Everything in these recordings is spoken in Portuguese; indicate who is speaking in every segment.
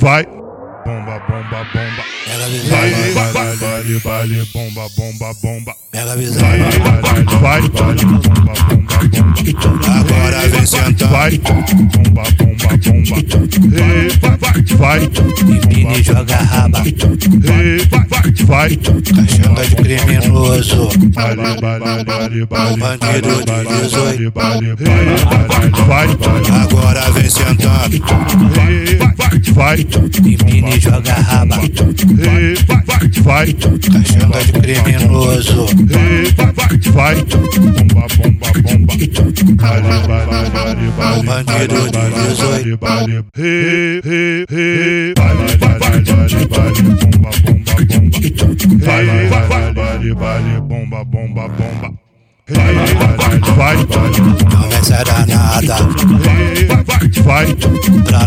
Speaker 1: vai. Bomba, bomba, bomba.
Speaker 2: Pega a
Speaker 1: Vai,
Speaker 2: visão,
Speaker 1: vai, vai, vai, vai, bomba, bomba, bomba.
Speaker 2: pega a visão.
Speaker 1: Vai, vai, vai, bomba, bomba, bomba.
Speaker 2: Agora vem sentando.
Speaker 1: Vai, bomba, bomba, bomba. Ei, vai, vai, vai.
Speaker 2: Empina e joga a raba. Tá
Speaker 1: Ei, vai, vai, vai.
Speaker 2: Caixota de é criminoso.
Speaker 1: Vale, vale, vale, vale.
Speaker 2: Bandido de 18.
Speaker 1: Vale, vale, vale, vai.
Speaker 2: Agora vem sentando.
Speaker 1: Ei, vai, vai,
Speaker 2: Empina e joga a raba. Tá
Speaker 1: Ei, vai, vai, vai.
Speaker 2: Caixota de é criminoso.
Speaker 1: Vai, bomba, bomba, bomba. Vale, vale, vale, vale.
Speaker 2: Bandido de 18.
Speaker 1: Vale, he, he, he. Vale, vale, vale, vale. Bomba, bomba, bomba. Vale, vale, vale, vale. Bomba, bomba, bomba. Vale, vale, vale, vale.
Speaker 2: Conversa danada.
Speaker 1: He, Vai,
Speaker 2: Pra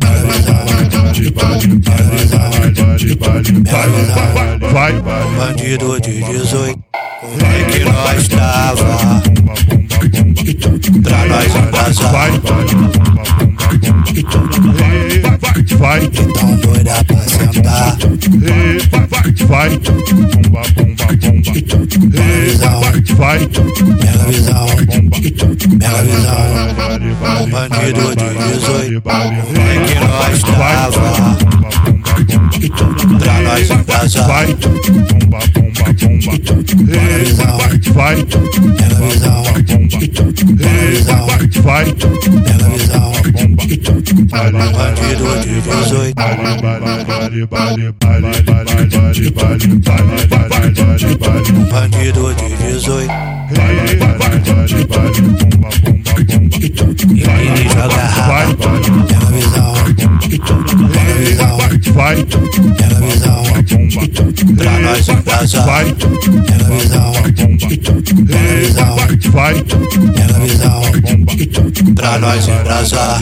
Speaker 2: Um bandido de 18. Como é que nós tava? Pra nós embrasar. Então doida pra sentar.
Speaker 1: Vai, bomba, bomba, bomba.
Speaker 2: Visão,
Speaker 1: Vai,
Speaker 2: pega a visão,
Speaker 1: bomba.
Speaker 2: pega a visão. Um bandido de 18. Como é que nós tava? Pra nós embrasar.
Speaker 1: Vai, bomba, bomba, bomba.
Speaker 2: Visão,
Speaker 1: Vai,
Speaker 2: pega a visão,
Speaker 1: bomba. Vai,
Speaker 2: pega a visão.
Speaker 1: bomba.
Speaker 2: Um bandido de 18. Um bandido de 18. Empina e joga a raba. Pega a visão, pega a visão, pega a visão. Pra nós embrasar. Pega a visão, pega a visão, pega a visão. Pra nós embrasar.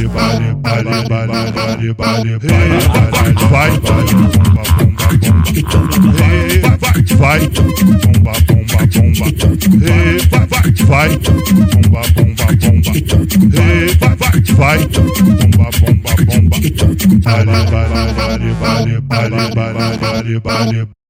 Speaker 1: Vai, vai, vai, vai, vai, vai, vai, vai.